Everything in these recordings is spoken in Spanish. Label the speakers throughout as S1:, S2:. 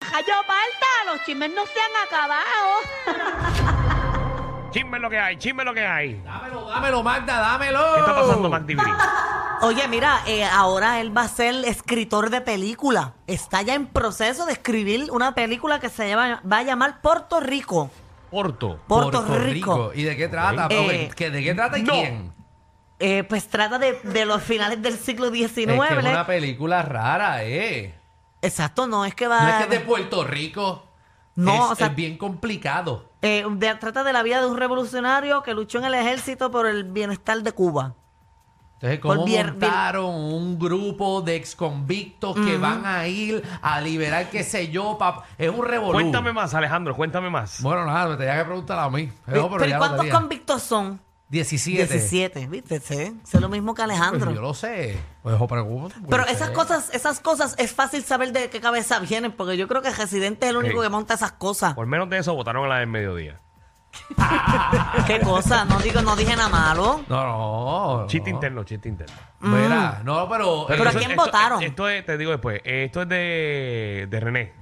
S1: Rayo parta, los chismes no se han acabado.
S2: Chisme lo que hay, chisme lo que hay.
S3: Dámelo, dámelo, Magda, dámelo.
S2: ¿Qué está pasando, Mac Dibri?
S4: Oye, mira, eh, ahora él va a ser escritor de película. Está ya en proceso de escribir una película que se llama, va a llamar Puerto Rico.
S2: Porto.
S4: Puerto, Rico.
S3: ¿Y de qué trata?
S4: Ok.
S3: Porque,
S4: Eh,
S3: ¿que ¿De qué trata y
S2: no.
S3: quién?
S4: Eh, pues trata de, de los finales del siglo XIX.
S3: Es que es una película rara, ¿eh?
S4: Exacto, no es que va.
S3: No es que es de Puerto Rico.
S4: No,
S3: es,
S4: o sea-
S3: es bien complicado.
S4: Eh, de- trata de la vida de un revolucionario que luchó en el ejército por el bienestar de Cuba.
S3: Entonces, ¿cómo
S4: Por bien-
S3: montaron un grupo de exconvictos que van a ir a liberar qué sé yo? pap- Es un revolú.
S2: Cuéntame más, Alejandro, cuéntame más.
S3: Bueno, nada, me tenía que preguntar a mí.
S4: ¿Y-
S3: No, pero
S4: pero ¿y
S3: ya lo
S4: cuántos
S3: tenía.
S4: convictos son?
S3: 17.
S4: 17, ¿viste? Sí, sé lo mismo que Alejandro.
S3: Pues yo lo sé. Pues, ojo, pregunto, pues,
S4: Pero
S3: yo
S4: esas
S3: sé.
S4: cosas, esas cosas es fácil saber de qué cabeza vienen, porque yo creo que Residente es el único
S2: Sí.
S4: que monta esas cosas.
S2: Por menos de eso votaron a la del mediodía.
S4: ¿Qué cosa? No digo, no dije nada malo.
S3: No, no. no.
S2: Chiste interno, chiste interno.
S3: Mira, no, pero.
S4: Mm. Pero
S3: eh,
S4: ¿a
S2: eso-
S4: quién
S2: esto-
S4: votaron?
S2: Esto es, te digo después, eh, esto es de, de René.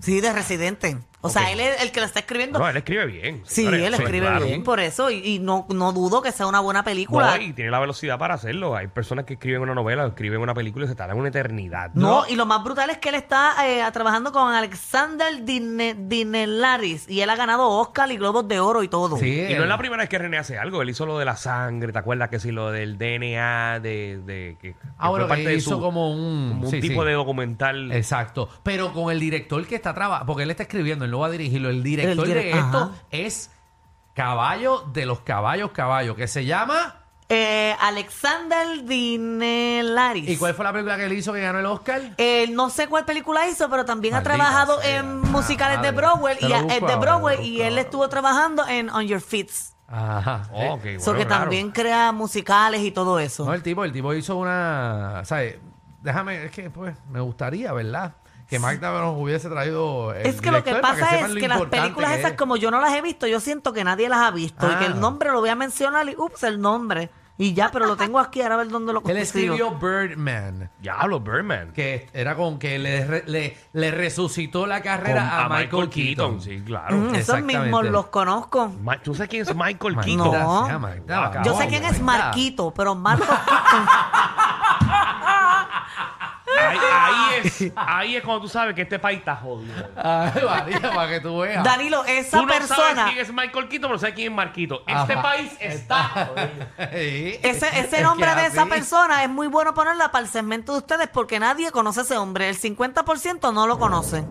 S4: Sí, de Residente. O sea,
S2: Ok.
S4: él es el que lo está escribiendo.
S2: No, él escribe bien.
S4: sí,
S2: señores,
S4: él
S2: sí,
S4: escribe
S2: claro.
S4: bien, por eso. Y, y no, no dudo que sea una buena película.
S2: No, y tiene la velocidad para hacerlo. Hay personas que escriben una novela, o escriben una película y se tardan una eternidad.
S4: No, y lo más brutal es que él está eh, trabajando con Alexander Dine- Dinelaris y él ha ganado Oscar y Globos de Oro y todo.
S3: sí,
S2: Y no es la primera vez que René hace algo. Él hizo lo de la sangre, ¿te acuerdas? Que si lo del DNA, de, de que, que
S3: Ah, bueno,
S2: fue parte
S3: que
S2: de
S3: hizo
S2: su-
S3: como un,
S2: como un
S3: sí,
S2: tipo
S3: sí.
S2: de documental.
S3: Exacto. Pero con el director que está trabajando, porque él está escribiendo, él no va a dirigirlo. El director
S4: El dire-
S3: de esto
S4: Ajá.
S3: es caballo de los caballos, caballo, que se llama.
S4: Eh, Alexander Dinelaris.
S3: ¿Y cuál fue la película que él hizo que ganó el Oscar?
S4: Eh, no sé cuál película hizo, pero también
S3: Maldita
S4: ha trabajado
S3: sea,
S4: en
S3: la
S4: musicales de
S3: madre.
S4: Broadway
S3: Te
S4: y,
S3: lo
S4: eh,
S3: busco
S4: de
S3: ahora,
S4: Broadway
S3: te lo
S4: y
S3: busco
S4: él
S3: ahora.
S4: estuvo trabajando en On Your Feet. Eso
S3: Ajá.
S2: Oh, ok, bueno,
S4: que
S2: claro.
S4: también crea musicales y todo eso.
S3: Eh, No, el tipo, el tipo hizo una. ¿Sabes? Déjame, es que pues me gustaría, ¿verdad? Que Magda nos hubiese traído. el
S4: es que lo que
S3: director para
S4: pasa
S3: sepan
S4: es
S3: lo
S4: que las
S3: importante
S4: películas
S3: que
S4: esas,
S3: es.
S4: como yo no las he visto, yo siento que nadie las ha visto y que
S3: Ah.
S4: el nombre lo voy a mencionar y ups, el nombre. Y ya, pero lo tengo aquí, ahora a ver dónde lo
S3: Él
S4: consigo.
S3: escribió Birdman,
S2: Diablo, Birdman.
S3: que era con que le, re- le, le resucitó la carrera
S2: Con-
S3: a, Michael, Keaton.
S2: Sí, claro.
S4: Mm, esos
S3: Exactamente.
S4: mismos los conozco.
S2: Ma- ¿Tú sabes quién es Michael
S3: Maldita
S2: Keaton?
S4: No.
S3: sea, Magda,
S2: Yo
S4: Yo
S2: Ah,
S4: sé
S2: bueno,
S4: quién
S3: vamos,
S4: es
S3: Magda.
S4: Marquito, pero Marcos
S2: Ahí, ahí es, ahí es cuando tú sabes que este país está jodido.
S3: Ay, Ah, María, para que tú veas.
S4: Danilo, esa
S2: tú no sabes
S4: persona.
S2: quién es Michael Keaton, pero sabes quién es Marquito. Este
S3: Ajá.
S2: país está jodido.
S3: Sí.
S4: Ese,
S3: Es
S4: ese
S3: que
S4: nombre de esa
S3: así.
S4: persona es muy bueno ponerla para el segmento de ustedes porque nadie conoce ese hombre. El 50% no lo conoce.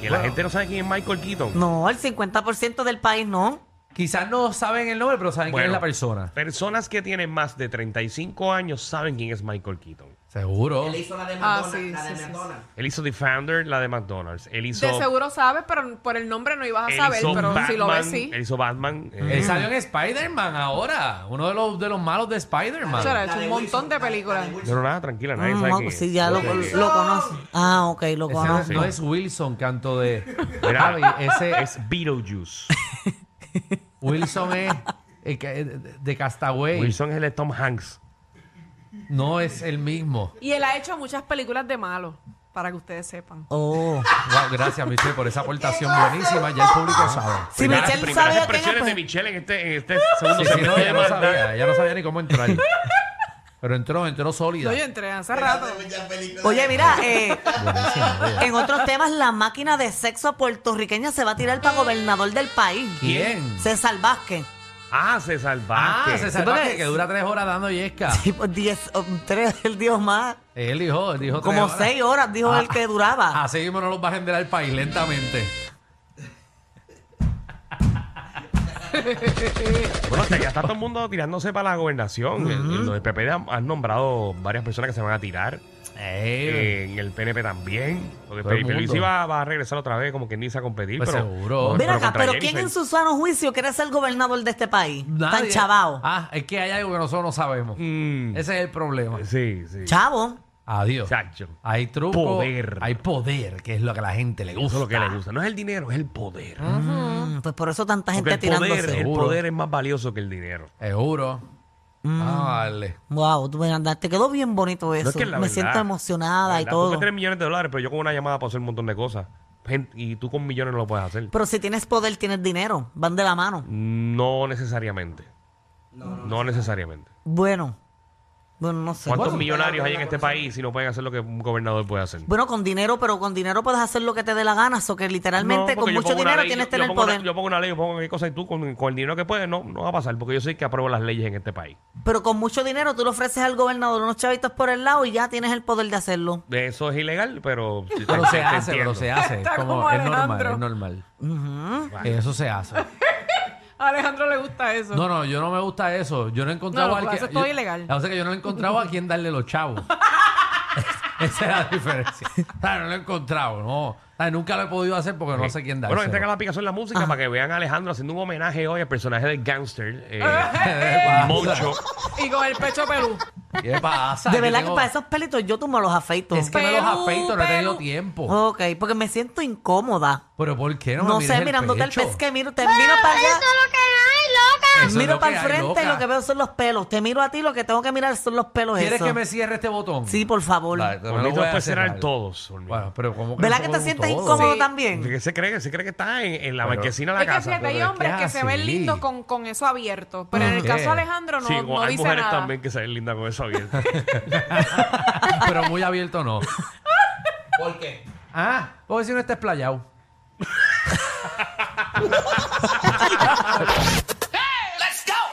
S2: Que la gente no sabe quién es Michael Keaton.
S4: No, el 50% del país no.
S3: Quizás no saben el nombre, pero saben quién es
S2: Bueno,
S3: la persona.
S2: Personas que tienen más de 35 años saben quién es Michael Keaton.
S3: Seguro.
S5: Él hizo la de
S6: Ah,
S5: McDonald's.
S6: sí,
S5: la de
S6: sí, sí,
S5: McDonald's.
S2: Él hizo The Founder, la de McDonald's. Él hizo.
S6: De seguro sabes, pero por el nombre no ibas a
S2: él
S6: saber,
S2: hizo
S6: pero si lo ves
S2: Batman,
S6: sí.
S2: Él hizo Batman. eh,
S4: Mm.
S3: Él salió en Spider-Man ahora. Uno de los, de los malos de Spider-Man.
S6: Eso era, es
S5: La
S6: un
S5: de
S6: montón
S5: Wilson,
S6: de
S5: la- la de
S6: películas.
S5: Wilson.
S2: no, no, nada, tranquila, nadie
S4: Mm,
S2: sabe
S4: no,
S6: pues
S2: quién es.
S4: sí, ya lo,
S5: Wilson.
S4: lo conoce. Ah, ok, lo
S3: Ese no,
S4: conozco.
S3: no es Wilson, canto de.
S2: Mira.
S3: Javi, ese
S2: Es Beetlejuice.
S3: Wilson es el que- de Castaway.
S2: Wilson es el de Tom Hanks.
S3: No es el mismo.
S6: Y él ha hecho muchas películas de malo, para que ustedes sepan.
S4: Oh.
S3: Wow, gracias, Michelle, por esa aportación buenísima. Ya el público sabe.
S4: Si
S2: Primeras-
S4: Michelle
S2: primeras
S4: sabe de quién es,
S2: expresiones de
S4: pues,
S2: Michelle en este, en este segundo
S3: Sí, sí, no,
S2: segmento de
S3: ya no
S2: Magda.
S3: sabía, ya no sabía ni cómo entrar. Pero entró, entró sólida.
S6: No, yo entré hace rato.
S4: Oye, mira, eh,
S3: Buenísimo, oye.
S4: en otros temas, la máquina de sexo puertorriqueña se va a tirar para gobernador del país.
S3: ¿Quién?
S4: César Vázquez.
S2: Ah, César
S3: Ah,
S2: Vázquez.
S3: César
S4: Sí, porque-
S3: Vázquez, que dura tres horas dando
S2: Ah.
S3: yesca.
S4: Sí, pues, diez, oh, tres, el dios más.
S3: Él dijo, él dijo tres
S4: Como
S3: horas.
S4: seis horas, dijo
S3: Ah,
S4: él que duraba.
S3: Así mismo no los va a generar el país lentamente.
S2: Bueno, hasta ya está todo el mundo tirándose para la gobernación. En- en Los del PPD han, han nombrado varias personas que se van a tirar.
S3: Eh,
S2: Eh, en el PNP también. Porque
S3: Todo el
S2: Felipe
S3: mundo.
S2: Luis iba, va a regresar otra vez, como quien dice, a competir.
S3: Pues
S2: pero,
S3: seguro.
S2: no,
S3: Mira
S4: Mira acá,
S2: contra
S4: pero
S2: Jennifer.
S4: ¿quién en su sano juicio quiere ser gobernador de este país?
S3: nadie-
S4: Tan chavao.
S3: Ah, es que hay algo que nosotros no sabemos.
S2: Mm,
S3: Ese es el problema.
S2: sí, sí.
S4: Chavo.
S3: Adiós.
S2: Chacho.
S3: Hay truco.
S2: Poder.
S3: Hay poder, que es lo que a la gente le
S2: Eso es
S3: gusta.
S2: lo que le gusta. No es el dinero, es el poder.
S4: Mm, pues por eso tanta
S2: Porque
S4: gente
S2: el poder,
S4: tirándose.
S2: el
S3: Seguro.
S2: poder es más valioso que el dinero.
S3: Seguro.
S4: Mm.
S7: Ah, dale.
S4: Wow, tú me andas- te quedó bien bonito eso.
S2: No es que es la
S4: me
S2: verdad.
S4: siento emocionada
S2: La
S4: y
S2: verdad, Tú
S4: todo.
S2: puedes tener millones de dólares, pero yo con una llamada puedo hacer un montón de cosas. Gen- y tú con millones no lo puedes hacer.
S4: Pero si tienes poder, tienes dinero. Van de la mano.
S2: No necesariamente. No, necesariamente.
S4: Bueno, bueno, no sé.
S2: ¿Cuántos
S4: Bueno,
S2: millonarios hay en este país si no pueden hacer lo que un gobernador puede hacer?
S4: Bueno, con dinero, pero con dinero puedes hacer lo que te dé la gana. O que literalmente
S2: No, porque
S4: con
S2: yo
S4: mucho
S2: pongo una
S4: dinero
S2: ley,
S4: tienes
S2: yo-
S4: que tener
S2: yo pongo una-
S4: poder.
S2: yo pongo una ley, yo pongo cualquier cosa y tú con, con el dinero que puedes no, no va a pasar porque yo soy el que apruebo las leyes en este país.
S4: Pero con mucho dinero tú le ofreces al gobernador unos chavitos por el lado y ya tienes el poder de hacerlo.
S2: De Eso es ilegal, pero... te-
S3: Pero
S2: te-
S3: se
S2: te
S3: hace,
S2: entiendo.
S3: pero se hace. Es
S6: Está
S3: como,
S6: como
S3: es normal,
S6: Alejandro.
S3: es normal.
S7: Que Eso se hace.
S6: A Alejandro le gusta eso.
S3: No, no, yo no me gusta eso. Yo no he encontrado
S6: No,
S3: a
S6: no,
S4: pues
S3: alguien.
S6: eso es todo
S3: yo-
S6: ilegal.
S3: La cosa es que yo no he encontrado a quien darle los chavos. Esa es la diferencia. O sea, no lo he encontrado, no. O sea, nunca lo he podido hacer porque no sé quién darle.
S2: Bueno, esta que la aplicación la música para que vean a Alejandro haciendo un homenaje hoy al personaje del gangster. eh, Moncho.
S6: Y con el pecho pelú.
S3: ¿Qué pasa? Ah,
S4: De
S3: Yo
S4: verdad
S3: tengo-
S4: que para esos pelitos yo tú me los afeito.
S3: Es que me los
S6: Pelú,
S3: afeito, no he tenido
S6: pelú.
S3: tiempo.
S4: Ok, porque me siento incómodo.
S3: Pero ¿por qué no
S4: No,
S3: me mires
S4: sé,
S3: el
S4: mirándote
S3: pecho?
S4: el pez que miro, te miro para allá.
S3: Eso es
S4: miro
S3: lo
S4: para
S3: que
S4: el
S3: hay,
S4: frente
S3: loca.
S4: y lo que veo son los pelos. Te miro a ti, lo que tengo que mirar son los pelos
S3: ¿Quieres
S4: esos.
S3: que me cierre este botón?
S4: Sí, por favor.
S3: Vale, te lo
S2: Hornito
S3: voy a
S2: puede
S3: cerrar.
S2: cerrar todos, Hornito.
S3: Bueno, pero como que
S4: ¿Verdad
S3: no
S4: que te
S3: puedo
S4: sientes
S3: todo?
S4: incómodo
S6: Sí.
S4: también?
S2: ¿Qué se cree? ¿Se cree que está en, en la
S3: Pero-
S2: marquesina de la
S6: Es que
S2: casa?
S6: fíjate, hay
S2: Pero-
S6: hombres
S3: es
S6: que
S3: que
S6: se ven
S3: así.
S6: lindos con, con eso abierto. Pero en el
S3: Ah, Ok.
S6: caso de Alejandro no,
S2: sí,
S6: no
S2: hay
S6: dice
S2: mujeres
S6: nada.
S2: también que se ven lindas con eso abierto.
S3: pero muy abierto no. ¿Por qué? Ah, porque si no está explayado.